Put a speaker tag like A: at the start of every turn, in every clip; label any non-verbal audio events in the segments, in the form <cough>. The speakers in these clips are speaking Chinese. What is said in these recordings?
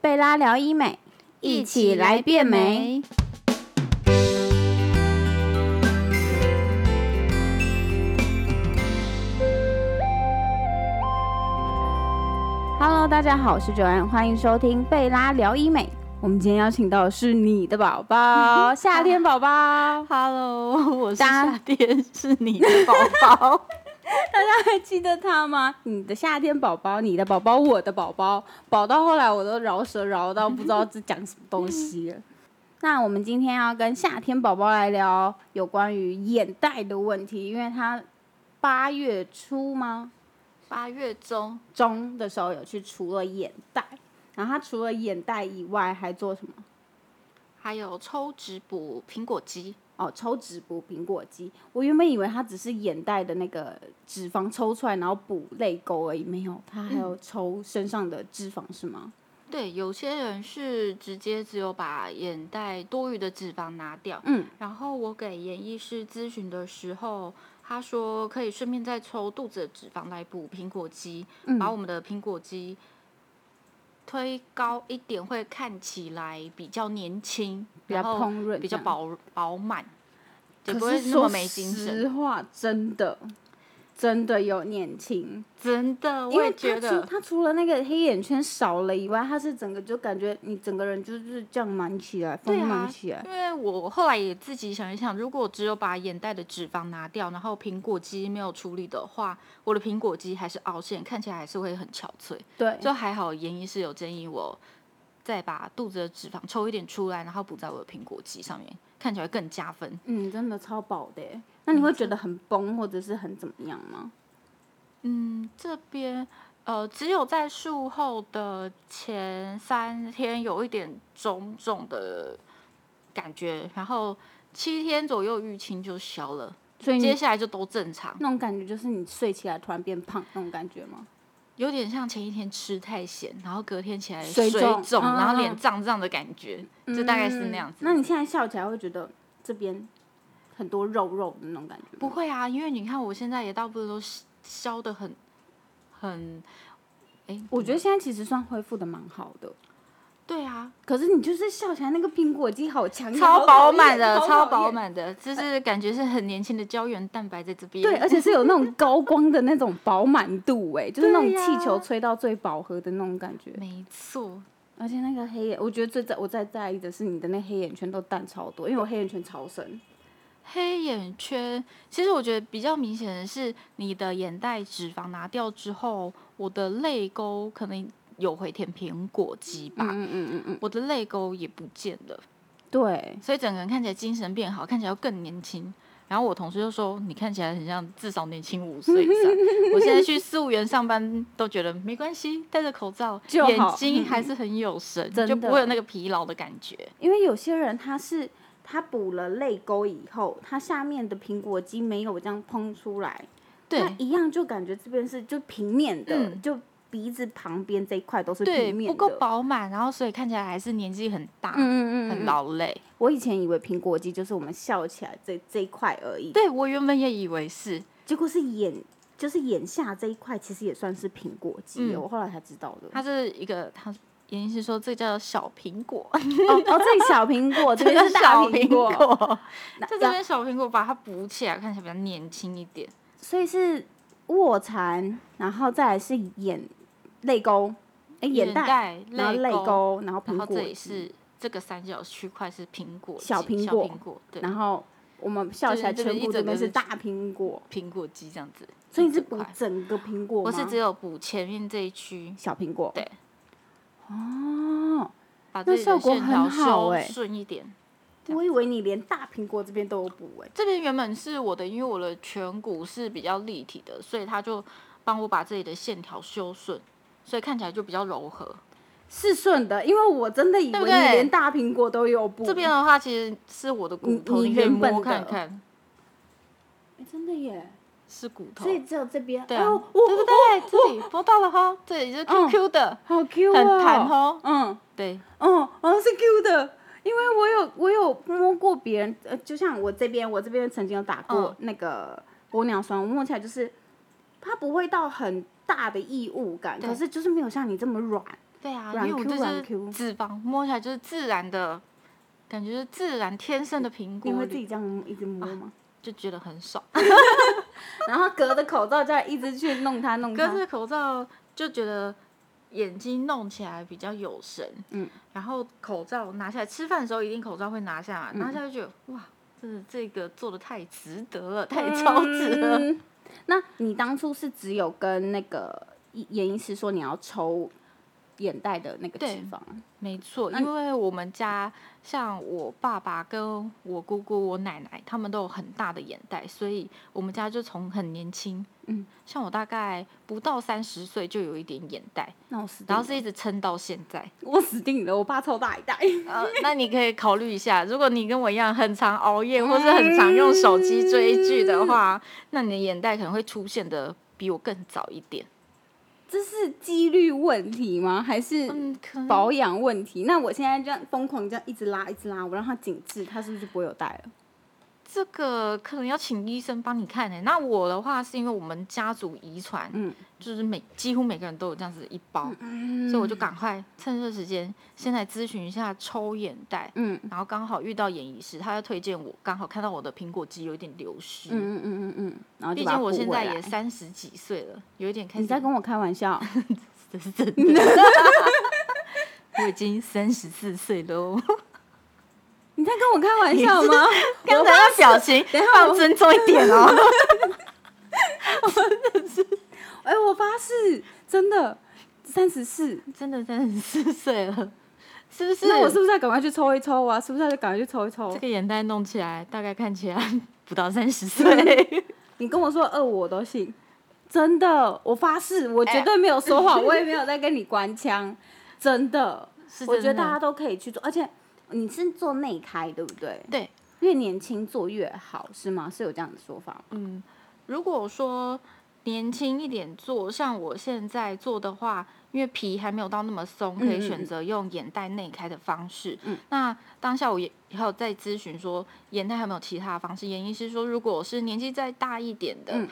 A: 贝拉聊医美，一起来变美。。Hello，大家好，我是九安，欢迎收听贝拉聊医美。我们今天邀请到的是你的宝 <laughs> 宝，夏天宝宝。
B: Hello，我 <laughs> 是
A: 大
B: 夏天，是你的宝宝。
A: <laughs> 大家还记得他吗？你的夏天宝宝，你的宝宝，我的宝宝，宝到后来我都饶舌饶到不知道在讲什么东西 <laughs> 了。那我们今天要跟夏天宝宝来聊有关于眼袋的问题，因为他八月初吗？
B: <laughs> 八月中，
A: 中的时候有去除了眼袋，然后他除了眼袋以外还做什么？
B: 还有抽脂补苹果肌，
A: 哦，抽脂补苹果肌。我原本以为它只是眼袋的那个脂肪抽出来，然后补泪沟而已，没有，它还有抽身上的脂肪是吗？
B: 对，有些人是直接只有把眼袋多余的脂肪拿掉。
A: 嗯，
B: 然后我给演艺师咨询的时候，他说可以顺便再抽肚子的脂肪来补苹果肌，把我们的苹果肌推高一点，会看起来比较年轻，
A: 比较
B: 然后
A: 烹饪
B: 比较
A: 这样
B: 饱饱满，也
A: 可
B: 不会
A: 是
B: 那么
A: 说
B: 没精神。
A: 实话，真的。真的有年轻，
B: 真的，
A: 因
B: 我
A: 为
B: 也
A: 他
B: 觉
A: 除
B: 得
A: 他除了那个黑眼圈少了以外，他是整个就感觉你整个人就是这样满起来，丰
B: 对
A: 满
B: 啊
A: 起来，
B: 因为我后来也自己想一想，如果只有把眼袋的脂肪拿掉，然后苹果肌没有处理的话，我的苹果肌还是凹陷，看起来还是会很憔悴。
A: 对，
B: 就还好，严医师有建议我再把肚子的脂肪抽一点出来，然后补在我的苹果肌上面，看起来更加分。
A: 嗯，真的超饱的耶。那你会觉得很崩，或者是很怎么样吗？
B: 嗯，这边呃，只有在术后的前三天有一点肿肿的感觉，然后七天左右淤青就消了，
A: 所以你
B: 接下来就都正常，
A: 那种感觉就是你睡起来突然变胖那种感觉吗？
B: 有点像前一天吃太咸，然后隔天起来
A: 水
B: 水
A: 肿
B: 肿，然后
A: 嗯
B: 脸胀胀的感觉，就大概是那样子。
A: 那你现在笑起来会觉得这边很多肉肉的那种感觉吗？
B: 不会啊，因为你看我现在也大部分都消消的很很，哎，
A: 我觉得现在其实算恢复的蛮好的，
B: 对啊，
A: 可是你就是笑起来那个苹果肌好强，
B: 超
A: 好
B: 饱
A: 讨厌
B: 满的，
A: 好
B: 超
A: 讨
B: 饱
A: 厌。
B: 满的，就是感觉是很年轻的胶原蛋白在这边。
A: 对，而且是有那种高光的那种饱满度、哎，就是那种
B: 对呀
A: 气球吹到最饱和的那种感觉。
B: 没错，
A: 而且那个黑眼，我觉得最在我在在意的是你的那黑眼圈都淡超多，因为我黑眼圈超深。
B: 黑眼圈，其实我觉得比较明显的是你的眼袋脂肪拿掉之后，我的泪沟可能有回填苹果肌吧，
A: 嗯嗯嗯嗯，
B: 我的泪沟也不见了。
A: 对，
B: 所以整个人看起来精神变好，看起来又更年轻。然后我同事就说：“你看起来很像至少年轻五岁以上。”
A: <laughs>
B: 我现在去四五元上班都觉得没关系，戴着口罩，
A: 就好
B: 眼
A: <laughs>
B: 睛还是很有神，
A: 真的
B: 就不会有那个疲劳的感觉。
A: 因为有些人他是他补了泪沟以后，他下面的苹果肌没有这样嘭出来，那
B: 对
A: 一样就感觉这边是就平面的，
B: 嗯
A: 就鼻子旁边这一块都是
B: 对
A: 平，面的，
B: 不够饱满，然后所以看起来还是年纪很大，
A: 嗯嗯嗯，
B: 很。劳累。
A: 我以前以为苹果肌就是我们笑起来这这一块而已，
B: 对我原本也以为是，
A: 结果是眼就是眼下这一块其实也算是苹果肌、
B: 嗯
A: 我后来才知道的。
B: 它是一个，他原因是说这叫小苹果， <laughs>
A: 哦哦，这里小苹果，这边是大
B: 小苹
A: 果，
B: <laughs> 果，
A: 那
B: 就这边小苹果把它补起来，看起来比较年轻一点。
A: 所以是卧蚕，然后再来是眼泪沟，哎，眼袋，
B: 袋、
A: 然后泪
B: 沟，
A: 沟，然后苹
B: 然后
A: 果
B: 这里
A: 肌，
B: 是这个三角区块是苹果肌，
A: 小
B: 小
A: 苹果
B: 苹果，对，
A: 然后我们笑起来
B: 这边
A: 颧骨这
B: 这边
A: 边
B: 一整个
A: 是
B: 是
A: 大苹果，
B: 苹果肌这样子。
A: 所以
B: 一
A: 你是
B: 整
A: 补
B: 块
A: 整个苹果吗？
B: 我是只有补前面这一区，
A: 小苹果，
B: 对，
A: 哦，
B: 把
A: 那
B: 这里
A: 效
B: 的
A: 果
B: 线
A: 很
B: 条
A: 好
B: 修
A: 欸
B: 顺一点。
A: 我以为你连大苹果这边都有补哎，
B: 这边原本是我的，因为我的颧骨是比较立体的，所以他就帮我把这里的线条修顺，所以看起来就比较柔和。
A: 是顺的，因为我真的以为
B: 对
A: 你
B: 不对
A: 连大苹果都有补，
B: 这边的话，其实是我的骨
A: 你
B: 头，
A: 你
B: 你可以
A: 原本
B: 摸
A: 的
B: 看看，
A: 哎真的耶，
B: 是骨头
A: 所。以只有这边，
B: 对啊，
A: 哦
B: 对不对？这里摸到了哈，这里是
A: 嗯
B: QQ 的，
A: 好 Q
B: 很弹
A: 哦，
B: 哦。
A: 嗯。
B: 对，
A: 哦，哦是 Q 的，因为我有我有摸过别人，呃，就像我这边，我这边曾经有打过
B: 嗯
A: 那个玻尿酸，我摸起来就是它不会到很大的异物感，
B: 对
A: 可是就是没有像你这么软，
B: 对啊，
A: 软
B: 因为我
A: Q
B: 这
A: 软
B: 是
A: Q
B: 脂肪，摸起来就是自然的，感觉是自然天生的苹
A: 你
B: 果
A: 会自
B: 绿，
A: 己这样一直摸吗？ <laughs>
B: 就觉得很爽。
A: 然后隔着口罩这样一直去弄它弄
B: 隔
A: 它，
B: 着口罩就觉得眼睛弄起来比较有神，
A: 嗯，
B: 然后口罩拿下来，吃饭的时候一定口罩会拿下嘛，
A: 嗯
B: 拿下来就觉得哇，真的这个做的太值得了，太超值了。
A: 嗯 <laughs> 那你当初是只有跟那个演医师说你要抽眼袋的那个脂
B: 对
A: 肪？
B: 没错，
A: 那你
B: 因为我们家像我爸爸跟我姑姑、我奶奶，他们都有很大的眼袋，所以我们家就从很年轻，
A: 嗯，
B: 像我大概不到三十岁就有一点眼袋，
A: 那我死定
B: 然
A: 了
B: 后，是一直撑到现在。
A: 我死定了，我爸超大一袋。
B: 呃，那你可以考虑一下，如果你跟我一样很常熬夜，或是很常用手机追剧的话，那你的眼袋可能会出现的比我更早一点。
A: 这是几率问题吗？还是
B: 嗯，可能
A: 保养问题？那我现在这样疯狂这样一直拉，一直拉，我让它紧致，它是不是就不会有带了？
B: 这个可能要请医生帮你看诶、那我的话是因为我们家族遗传，
A: 嗯
B: 就是每几乎每个人都有这样子一包，所以我就赶快趁这时间先来咨询一下抽眼袋。
A: 嗯
B: 然后刚好遇到眼医师，他就推荐我，刚好看到我的苹果肌有一点流失。
A: 嗯嗯嗯嗯嗯，然后就
B: 毕
A: 把它
B: 竟
A: 补
B: 我现
A: 回
B: 在
A: 来
B: 也三十几岁了，有一点开始。
A: 你在跟我开玩
B: <laughs>
A: 笑？
B: 这是真
A: <laughs>
B: 的。我已经三十四岁哦喽。
A: <laughs> 你在跟我开玩笑吗？
B: 刚才的表情
A: 等一下
B: 放
A: 我
B: 尊重一点哦。
A: <laughs> 哎、我发誓，真的三十四。
B: 真的三十四岁了，是不是？
A: 那我是不是要赶快去抽一抽啊？是不是要赶快去抽一抽
B: 这？个眼袋弄起来，大概看起来不到三
A: <laughs>
B: 十岁。
A: 你跟我说二五我都信，真的，我发誓，我绝
B: 哎
A: 对没有说
B: <laughs>
A: 谎，我也没有在跟你官腔，真的。
B: 是
A: 我觉得
B: 真的
A: 大家都可以去做，而且你是做内开对不对？
B: 对，
A: 越年轻做越好是吗？是有这样的说法吗？
B: 嗯，如果说年轻一点做，像我现在做的话，因为皮还没有到那么松，可
A: 嗯嗯
B: 以
A: 嗯
B: 选择用眼袋内开的方式。
A: 嗯
B: 那当下我也还有在咨询说，眼袋还有没有其他的方式？眼医师说，如果是年纪再大一点的，
A: 嗯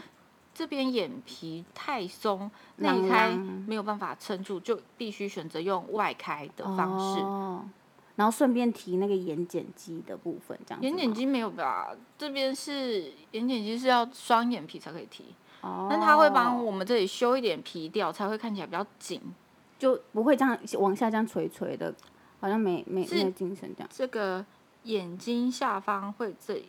B: 这边眼皮太松，
A: 啷
B: 内开
A: 啷
B: 没有办法撑住，就必须选择用外开的方式。
A: 哦，然后顺便提那个眼睑肌的部分，这样子吗
B: 眼睑肌没有吧？这边是眼睑肌是要双眼皮才可以提，
A: 哦，
B: 但它会帮我们这里修一点皮掉，才会看起来比较紧。
A: 就不会这样往下这样垂垂的，好像没没
B: 是
A: 没有精神这样。
B: 这个眼睛下方会这里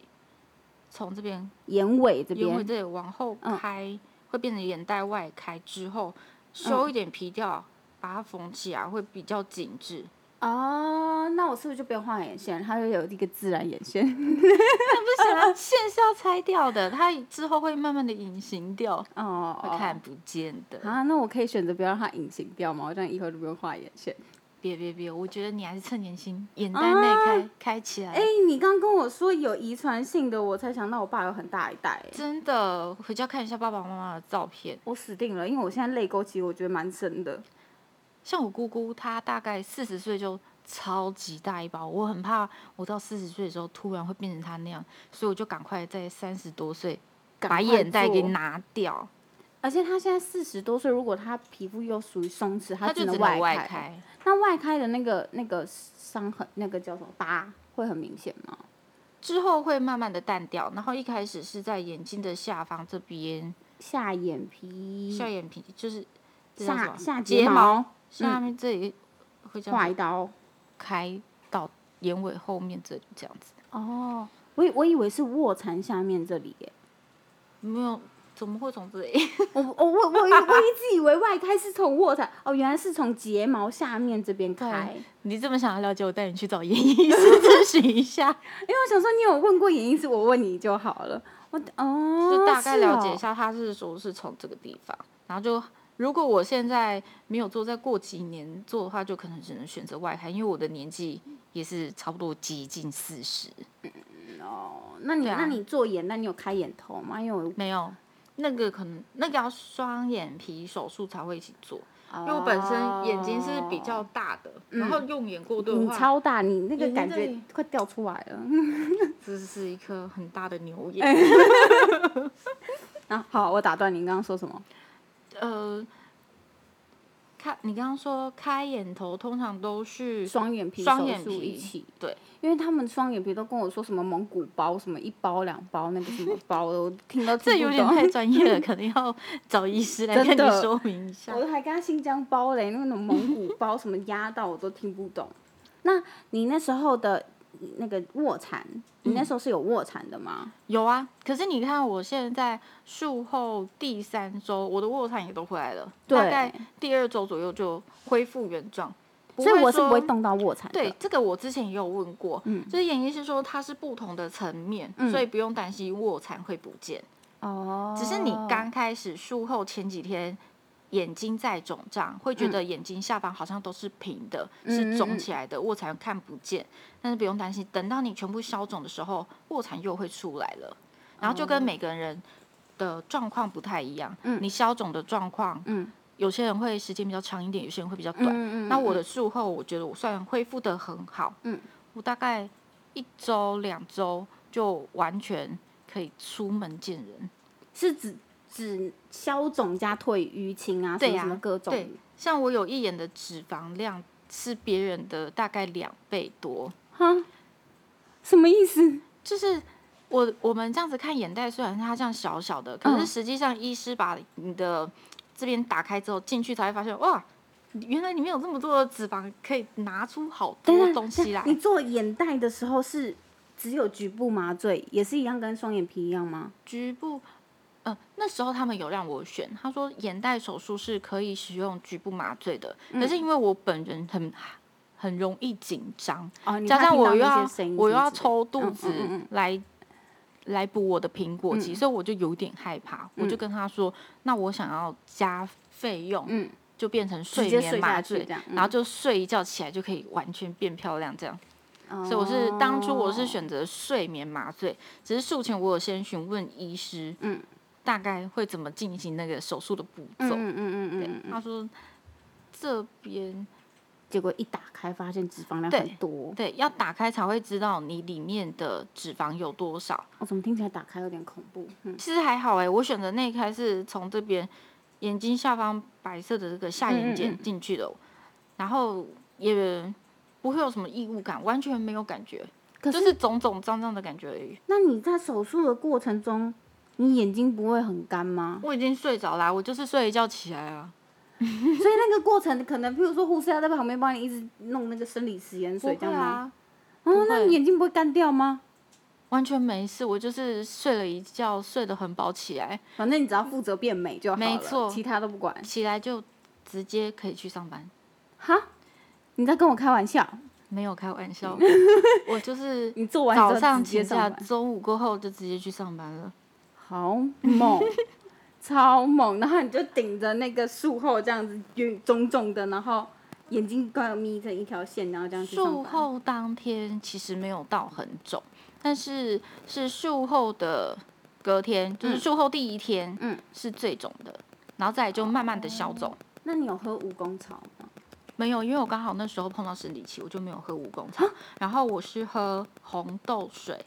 B: 从这边
A: 眼尾这
B: 眼尾
A: 边
B: 这里往后
A: 嗯
B: 开，会变成眼袋外开之后，修
A: 嗯
B: 一点皮掉，把它缝起来会比较紧致。 <laughs>
A: 哦，那我是不是就不用画眼线，它就有一个自然眼线？
B: 不行
A: <laughs>
B: 啊，线是要拆掉的，它之后会慢慢的隐形掉，
A: 哦，
B: 会看不见的。
A: 啊，那我可以选择不要让它隐形掉吗？我这样以后就不用画眼线。
B: 别别别！我觉得你还是趁年轻，眼袋
A: 啊
B: 内开、开起来。
A: 哎、你刚跟我说有遗传性的，我才想到我爸有很大一袋、哎，
B: 真的，回家看一下爸爸妈妈的照片。
A: 我死定了，因为我现在泪沟其实我觉得蛮深的。
B: 像我姑姑，她大概四十岁就超级大一包，我很怕我到四十岁的时候突然会变成她那样，所以我就赶快在三十多岁把
A: 快
B: 眼袋给
A: 做
B: 拿掉，
A: 而且他现在四十多岁，如果他皮肤又属于松弛，
B: 她
A: 他
B: 就
A: 能
B: 只
A: 外
B: 能
A: 开。
B: 外开。
A: 那外开的那个那个伤痕，那个叫什么疤，会很明显吗？
B: 之后会慢慢的淡掉，然后一开始是在眼睛的下方这边，
A: 下眼皮、
B: 下眼皮就是这叫什
A: 嗯下
B: 么
A: 下
B: 睫
A: 毛嗯
B: 下面这里会这
A: 划
B: 样
A: 一刀。
B: 开到眼尾后面这里这样子，
A: 哦，我以我以为是卧蚕下面这里耶，
B: 没有怎么会从这里？ <laughs>
A: 我我我我我一直以为外开是从卧蚕，哦，原来是从睫毛下面这边 <laughs> 开。
B: 你这么想要了解，我带你去找眼 <laughs> 医师咨询一下，
A: 因为我想说，你有问过眼医师，我问你就好了。我哦，
B: 就大概
A: 是
B: 了解
A: 哦
B: 一。下，他是说是从这个地方，然后就如果我现在没有做，再过几年做的话，就可能只能选择外开，因为我的年纪也是差不多接近四十，
A: 哦那你、
B: 对啊
A: 那你做眼，那你有开眼头吗？因为我、
B: 没有那个可能那个要双眼皮手术才会一起做，因
A: 因
B: 为我本身眼睛是比较大的，然后用眼过度
A: 哦嗯你
B: 的话，
A: 超大，你那个
B: 眼睛
A: 感
B: 这
A: 觉
B: 里
A: 快掉出来了。 <laughs>
B: 这是一颗很大的牛眼。
A: 哎啊，好，我打断你刚刚说什么？
B: 呃，开，你刚刚说开眼头通常都是
A: 双眼皮
B: 双
A: 手
B: 眼
A: 术
B: 皮
A: 一起，
B: 对，
A: 因为他们双眼皮都跟我说什么蒙古包，什么一包两包那个什么包的，我听
B: <laughs>
A: 都
B: 这
A: 听
B: 有
A: 不
B: 点太
A: 懂。
B: 专业了，可能要找医师来
A: 真
B: 跟
A: 的
B: 你说明一下。
A: 我还跟他新疆包嘞，那个什么蒙古包什么压到我都听不懂。 <laughs> 那你那时候的那个卧蚕，你那时候是有卧蚕的吗？
B: 有啊，可是你看我现在术后第三周，我的卧蚕也都回来了，大
A: 对
B: 概第二周左右就恢复原状。不
A: 所以我是
B: 说
A: 不会动到卧蚕的。
B: 对，这个我之前也有问过，就是演医是说它是不同的层面，所以不用担心卧蚕会不见，
A: 哦，
B: 只是你刚开始术后前几天。眼睛在肿胀，会觉得眼睛下方好像都是平的，
A: 嗯嗯
B: 是
A: 嗯
B: 肿起来的，卧蚕看不见。但是不用担心，等到你全部消肿的时候，卧蚕又会出来了。然后就跟
A: 哦
B: 每个人的状况不太一样，你消肿的状况，
A: 嗯
B: 有些人会时间比较长一点，有些人会比较短。
A: 嗯嗯，
B: 那我的术后，我觉得我算恢复的很好，
A: 嗯，
B: 我大概一周两周就完全可以出门见人，
A: 是指指消肿加退淤青啊，什
B: 对
A: 么
B: 呀、
A: 什么各种。
B: 对，像我有一眼的脂肪量是别人的大概两倍多，
A: 哈，什么意思？
B: 就是。我我们这样子看眼袋，虽然它这样小小的，可是
A: 嗯
B: 实际上医师把你的这边打开之后进去，才会发现哇，原来里面有这么多的脂肪，可以拿出好
A: 等
B: 多
A: 等
B: 东西来。
A: 啊你做眼袋的时候是只有局部麻醉，也是一样跟双眼皮一样吗？
B: <laughs> 局部，呃，那时候他们有让我选，他说眼袋手术是可以使用局部麻醉的，可是因为我本人很很容易紧张，
A: 哦，你
B: 加
A: 怕
B: 上
A: 听
B: 我
A: 到
B: 又
A: 那
B: 要
A: 些声音
B: 我又
A: 什么
B: 要
A: 之类
B: 抽肚
A: 嗯
B: 子
A: 嗯嗯
B: 来、来补我的苹果肌，所以我就有点害怕，我就跟他说，那我想要加费用，
A: 嗯
B: 就变成
A: 直
B: 睡
A: 接
B: 眠
A: 睡
B: 麻
A: 下去
B: 醉
A: 这样，嗯
B: 然后就睡一觉起来就可以完全变漂亮这样。
A: 的，
B: 所以我是当初我
A: 嗯
B: 是
A: 哦
B: 选择睡眠麻醉，只是术前我有先询问医师，
A: 嗯，
B: 大概会怎么进行那个手术的步骤。
A: 嗯嗯嗯嗯
B: 对
A: 嗯，嗯，
B: 他说这边
A: 结果一打开发现脂肪量
B: 对
A: 很多，
B: 对要打开才会知道你里面的脂肪有多少。
A: 我哦怎么听起来打开有点恐怖？嗯，
B: 其实还好哎、我选择那一开是从这边眼睛下方白色的这个下
A: 嗯
B: 眼
A: 嗯
B: 睑进去的，哦然后也不会有什么异物感，完全没有感觉，
A: 可
B: 就是肿肿胀胀的感觉而已。
A: 那你在手术的过程中，你眼睛不会很干吗？
B: 我已经睡着啦、我就是睡一觉起来啊。
A: <laughs> 所以那个过程可能，譬如说护士要在旁边帮你一直弄那个生理食盐水，这样吗？
B: 啊，
A: 哦，
B: 不
A: 那
B: 会
A: 你眼睛不会干掉吗？
B: 完全没事，我就是睡了一觉，睡得很饱，起来
A: 反正你只要负责变美就好了，
B: 没错
A: 其他都不管。
B: 起来就直接可以去上班，
A: 哈，你在跟我开玩笑？
B: 没有开
A: <laughs>
B: 玩笑，我就是
A: 你做完之后
B: 早上
A: 直接
B: 请
A: 上
B: 假，
A: 班
B: 中午过后就直接去上班了。
A: 好猛， <laughs> 超猛！然后你就顶着那个术后这样子，晕肿肿的，然后眼睛刚眯成一条线，然后这样去上
B: 术
A: 班。
B: 后当天其实没有到很肿，但是是术后的隔天，就是术后第一天，
A: 嗯，哦
B: 是最肿的，然后再来就慢慢的消肿。
A: 那你有喝蜈蚣草吗？
B: 没有，因为我刚好那时候碰到生理期，我就没有喝蜈蚣茶。
A: 啊
B: 然后我是喝红豆水，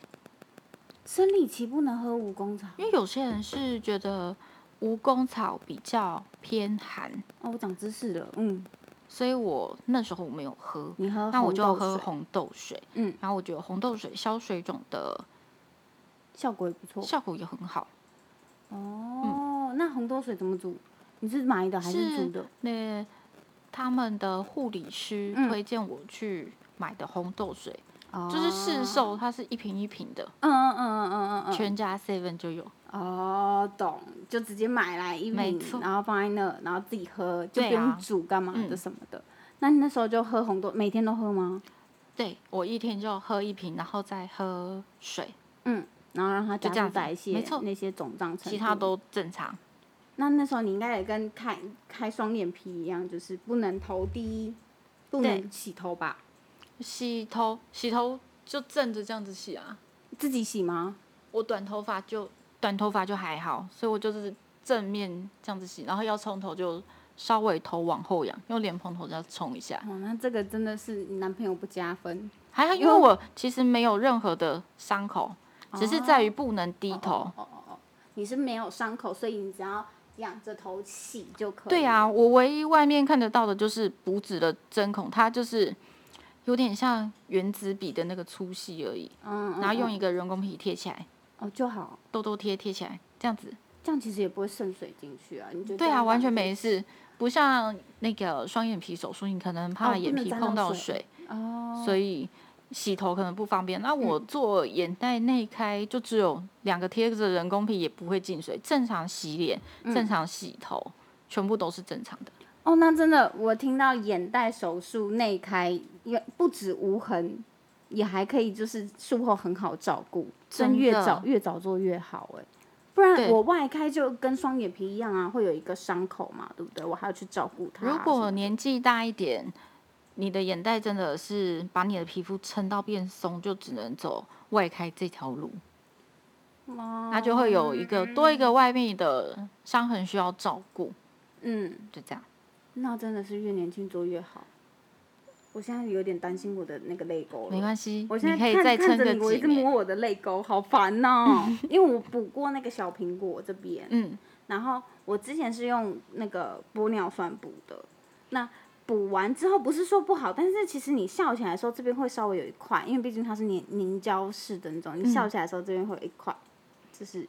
A: 生理期不能喝蜈蚣草，
B: 因为有些人是觉得蜈蚣草比较偏寒，
A: 哦，我长知识了，嗯，
B: 所以我那时候我没有喝，
A: 你喝，
B: 那我就喝，红豆水。
A: 嗯，
B: 然后我觉得红豆水消水肿的
A: 效果也不错。
B: 效果也很好。
A: 哦，那红豆水怎么煮？你是买的还是
B: 是
A: 煮的？
B: 那他们的护理师
A: 嗯
B: 推荐我去买的红豆水，
A: 哦
B: 就是市售，它是一瓶一瓶的，
A: 嗯嗯嗯嗯嗯嗯
B: 全家 seven 就有。
A: 嗯。哦，懂，就直接买来一
B: 没
A: 瓶
B: 错，
A: 然后放在那，然后自己喝，就不
B: 对啊
A: 用煮干嘛的
B: 嗯
A: 什么的。那你那时候就喝红豆，每天都喝吗？
B: 对我一天就喝一瓶，然后再喝水，
A: 嗯，然后让它
B: 就
A: 加速
B: 这样子
A: 代谢
B: 没错
A: 那些肿胀程度。
B: 其他都正常。
A: 那那时候你应该也跟开开双眼皮一样，就是不能头低，不能
B: 对
A: 洗头吧？
B: 洗头，洗头就正着这样子洗啊。
A: 自己洗吗？
B: 我短头发就短头发就还好，所以我就是正面这样子洗，然后要冲头就稍微头往后仰，用莲蓬头这样冲一下。
A: 哦，那这个真的是你男朋友不加分。
B: 还好，因为我哦其实没有任何的伤口，只是在于不能低头。
A: 哦哦哦，你是没有伤口，所以你只要仰着头起就可以。
B: 对啊呀、、我唯一外面看得到的就是补子的针孔，它就是有点像原子笔的那个粗细而已，
A: 嗯，嗯，
B: 然后用
A: 嗯
B: 一个人工皮贴起来，
A: 哦就好，
B: 痘痘贴贴起来，这样子。
A: 这样其实也不会渗水进去啊。你就这
B: 对啊，
A: 样
B: 完全
A: 放
B: 没事，不像那个双眼皮手术，你可能
A: 哦
B: 怕
A: 不
B: 眼
A: 能
B: 皮
A: 沾
B: 碰
A: 到
B: 到
A: 水
B: 水，
A: 哦，嗯
B: 所以洗头可能不方便。那我做眼袋内开就只有两个贴着人工皮，也不会进水，正常洗脸、
A: 嗯
B: 正常洗头，全部都是正常的。
A: 哦，那真的，我听到眼袋手术内开，也不止无痕，也还可以就是术后很好照顾，
B: 真的
A: 越早越早做越好哎、不然
B: 对
A: 我外开就跟双眼皮一样啊，会有一个伤口嘛，对不对？我还要去照顾它啊什
B: 如
A: 么的。
B: 果年纪大一点，你的眼袋真的是把你的皮肤撑到变松，就只能走外开这条路，那
A: 那
B: 就会有一个多一个外面的伤痕需要照顾，
A: 嗯，
B: 就这样。
A: 那真的是越年轻做越好。我现在有点担心我的那个泪沟了
B: 没。关系，
A: 我现在
B: 你可以
A: 看
B: 再撑
A: 看着
B: 个
A: 你，我一
B: 几
A: 直
B: 年。
A: 摸我的泪沟，好烦哦！因为我补过那个小苹果这边，
B: 嗯，
A: 然后我之前是用那个玻尿酸补的，那补完之后不是说不好，但是其实你笑起来的时候这边会稍微有一块，因为毕竟它是凝凝胶式的那种，
B: 嗯
A: 你笑起来的时候这边会有一块，就是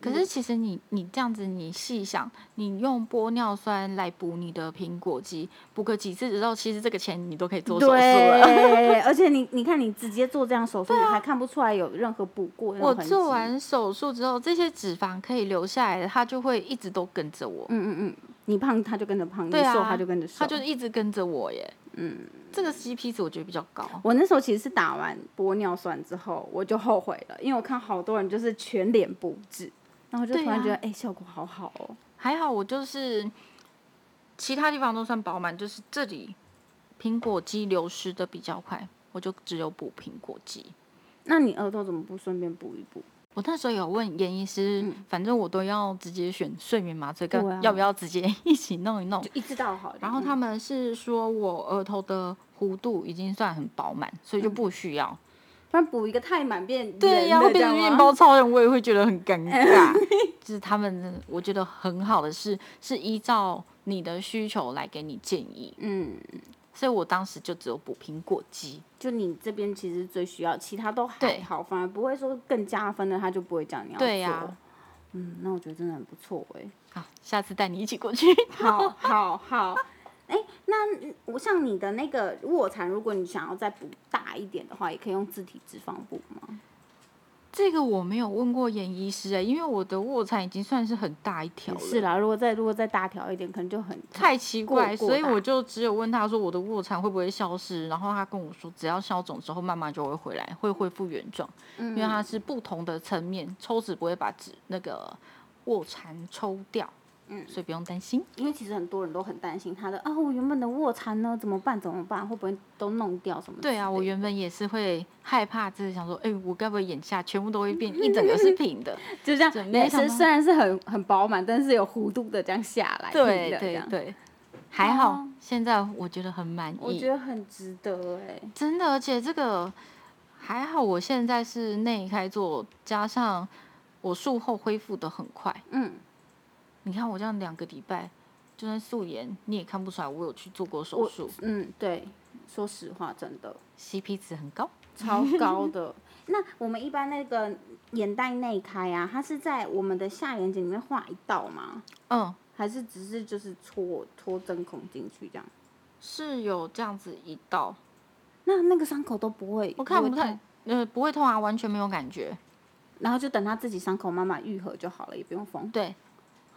B: 可
A: 嗯
B: 是其实你你这样子，你细想，你用玻尿酸来补你的苹果肌，补个几次之后，其实这个钱你都可以做手术了。 <laughs> 啊
A: 对，嗯而且你你看你直接做这样手术，还看不出来有任何补过那种
B: 我
A: 痕迹
B: 做，完手术之后，这些脂肪可以留下来的，它就会一直都跟着我。
A: 嗯嗯嗯，你胖它就跟着胖，
B: 对
A: 你
B: 啊，
A: 瘦它就跟着瘦，
B: 他就一直跟着我耶。嗯，这个 CP 值我觉得比较高。
A: 我那时候其实是打完玻尿酸之后，我就后悔了，因为我看好多人就是全脸补脂，然后我就
B: 对啊
A: 突然觉得，哎、效果好好哦。
B: 还好我就是其他地方都算饱满，就是这里苹果肌流失的比较快，我就只有补苹果肌。
A: 那你额头怎么不顺便补一补？
B: 我那时候有问严医师，反正我都要直接选睡眠麻醉，跟
A: 嗯对啊
B: 要不要直接 <laughs> 一起弄一弄
A: 就。一直到好了。
B: 然后他们是说我额头的弧度已经算很饱满，所以
A: 嗯
B: 就不需要。
A: 不然补一个太满变圆
B: 对呀、
A: 的
B: 会变
A: 这
B: 成
A: 样
B: 面
A: 吗
B: 包超人，我也会觉得
A: <laughs>
B: 很尴尬。就是他们真的，我觉得很好的是，是依照你的需求来给你建议，
A: 嗯，
B: 所以我当时就只有补苹果肌。
A: 就你这边其实最需要，其他都还
B: 对
A: 好，反而不会说更加分的，他就不会叫你要做。
B: 对呀
A: 嗯，那我觉得真的很不错哎、
B: 好，下次带你一起过去。 <laughs>
A: 好好 <laughs> 好，哎、那我像你的那个卧蚕，如果你想要再补大一点的话，也可以用自体脂肪补吗？
B: 这个我没有问过严医师哎、因为我的卧蚕已经算是很大一条了，
A: 是啦，如果再如果再大条一点，可能就很
B: 太奇怪，
A: 过过
B: 所以
A: 大
B: 我就只有问他说我的卧蚕会不会消失，然后他跟我说只要消肿之后慢慢就会回来，会恢复原状，因为
A: 嗯
B: 它是不同的层面，抽脂不会把脂那个卧蚕抽掉，嗯，所以不用担心。
A: 因为其实很多人都很担心他的啊，我原本的卧蚕呢怎么办？怎么办？会不会都弄掉什么之类的？
B: 对啊，我原本也是会害怕，就是想说，哎、我该不会眼下全部都会
A: <laughs>
B: 变一整个是平的？
A: 就这样
B: 准，备
A: 也
B: 上
A: 是
B: 班
A: 虽然是很很饱满，但是有弧度的这样下来，平
B: 对
A: 的这
B: 对
A: 样，
B: 对，还好，
A: 哦
B: 现在我觉得很满意。
A: 我觉得很值得哎、
B: 真的，而且这个还好，我现在是内开做，加上我术后恢复的很快。
A: 嗯，
B: 你看我这样两个礼拜，就算素颜你也看不出来我有去做过手
A: 我
B: 术
A: 嗯对，说实话真的
B: ，CP 值很高。
A: 超高 <laughs> 的。那我们一般那个眼袋内开啊，它是在我们的下眼睑里面画一道吗？
B: 嗯，
A: 还是只是就是戳戳针孔进去这样？
B: 是有这样子一道，
A: 那那个伤口都不会，
B: 我看
A: 会
B: 不太
A: 痛，
B: 呃，不会痛啊，完全没有感觉。
A: 然后就等它自己伤口慢慢愈合就好了，也不用缝。
B: 对，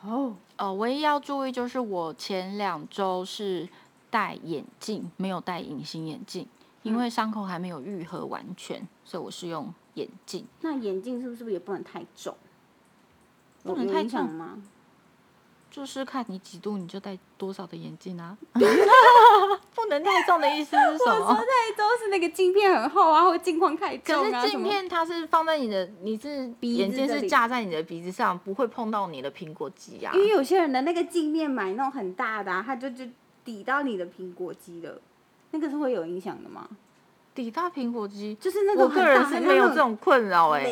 A: 哦，
B: 呃，唯一要注意就是我前两周是戴眼镜，没有戴隐形眼镜，
A: 嗯
B: 因为伤口还没有愈合完全，所以我是用眼镜。
A: 那眼镜是不是也不能太重？
B: 不
A: 有
B: 能
A: 有
B: 太
A: 影响
B: 重
A: 吗？
B: 就是看你几度，你就戴多少的眼
A: <laughs>
B: 镜啊。不能太重的意思是什么？
A: 哦那都是那个镜片很厚啊，或镜框太
B: 可
A: 重啊
B: 是镜片它是放在你的，你是
A: 鼻
B: 眼
A: 子
B: 镜
A: 这
B: 是
A: 里
B: 架在你的鼻子上，不会碰到你的苹果肌啊
A: 因。为有些人的那个镜片买那种很大的、啊，它就就抵到你的苹果肌了，那个是会有影响的吗？
B: 抵达苹果肌，
A: 就是那
B: 我
A: 种很
B: 个
A: 大
B: 人是没有这。种困扰
A: 很像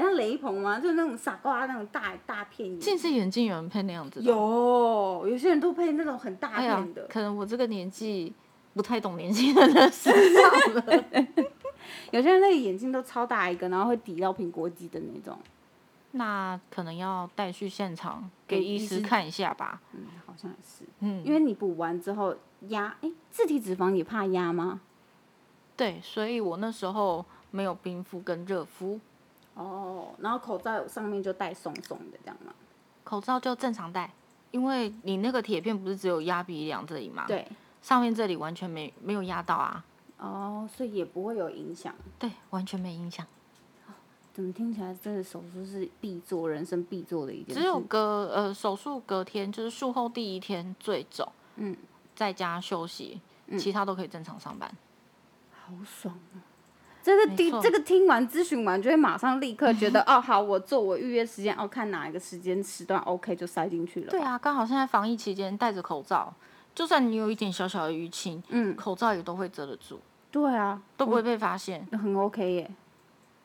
A: 那雷好像雷朋吗？就那种傻瓜那种大大片眼
B: 近视眼镜有人配那样子的，
A: 有有些人都配那种很大
B: 哎呀
A: 片的，，
B: 可能我这个年纪不太懂年轻人的时尚了。 <laughs>
A: 有些人那个眼镜都超大一个，然后会抵到苹果肌的那种。
B: 那可能要带去现场
A: 给
B: 给
A: 医
B: 医师
A: 师
B: 看一下吧。
A: 嗯，好像也是，
B: 嗯，
A: 因为你补完之后压，哎，自体脂肪也怕压吗？
B: 对，所以我那时候没有冰敷跟热敷，
A: 哦，然后口罩上面就戴松松的这样嘛。
B: 口罩就正常戴，因为你那个铁片不是只有压鼻梁这里吗？，
A: 对，
B: 上面这里完全没没有压到啊，
A: 哦，所以也不会有影响。
B: 对，完全没影响，
A: 怎么听起来这个手术是必做，人生必做的一件事？
B: 只有隔呃手术隔天就是术后第一天最肿，
A: 嗯，
B: 在家休息，其他都可以正常上班。
A: 好爽啊！这个
B: 没
A: 听
B: 错
A: 这个听完咨询完，就会马上立刻觉得哦，好，我做我预约时间，哦，看哪一个时间时段 OK 就塞进去了吧。
B: 对啊，刚好现在防疫期间戴着口罩，就算你有一点小小的淤青，
A: 嗯，
B: 口罩也都会遮得住，
A: 对啊，
B: 都不会被发现。
A: 很 OK 耶。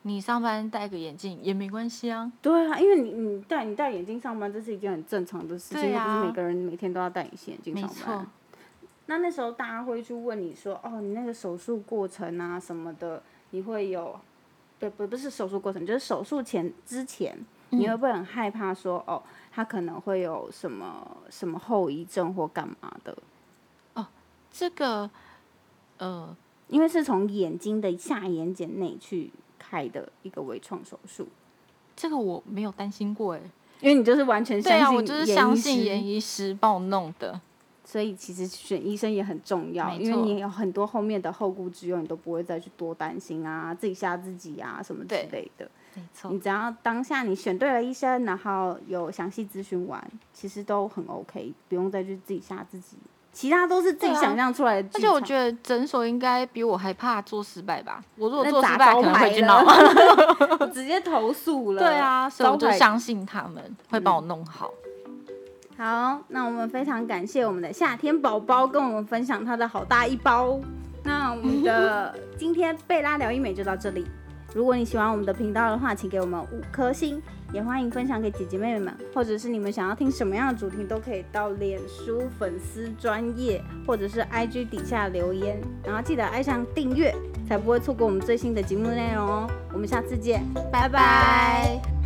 B: 你上班戴个眼镜也没关系啊。
A: 对啊，因为你你戴你戴眼镜上班，这是一件很正常的事情，
B: 对
A: 又不
B: 啊
A: 是每个人每天都要戴隐形眼镜
B: 没
A: 上班
B: 错
A: 啊。，那那时候大家会去问你说，哦，你那个手术过程啊什么的，你会有，不不不是手术过程，就是手术前之前，
B: 嗯
A: 你会不会很害怕说，哦，他可能会有什么什么后遗症或干嘛的？
B: 这个呃，
A: 因为是从眼睛的下眼睑内去开的一个微创手术，
B: 这个我没有担心过哎。
A: 因为你就是完全相
B: 对
A: 信、
B: 啊，我就是相信
A: 眼
B: 严医师帮我弄的。
A: 所以其实选医生也很重要，
B: 没错
A: 因为你有很多后面的后顾之忧，你都不会再去多担心啊，自己吓自己啊什么之类的。
B: 没错，
A: 你只要当下你选对了医生，然后有详细咨询完，其实都很 OK，不用再去自己吓自己。其他都是自己
B: 对啊
A: 想象出来的、
B: 而且我觉得诊所应该比我还怕做失败吧。我如果
A: 那
B: 做
A: 砸
B: 失败，
A: 招
B: 可能
A: 牌
B: 会去
A: 了
B: 闹。
A: 得直接投诉 <laughs> 了。
B: <laughs> 对啊，所以我
A: 招
B: 就
A: 牌
B: 相信他们会帮我弄好。
A: 好，那我们非常感谢我们的夏天宝宝跟我们分享他的好大一包。那我们的今天贝拉聊医美就到这里。如果你喜欢我们的频道的话，请给我们五颗星，也欢迎分享给姐姐妹妹们，或者是你们想要听什么样的主题，都可以到脸书粉丝专业或者是 IG 底下留言，然后记得按上订阅，才不会错过我们最新的节目内容哦。我们下次见，拜拜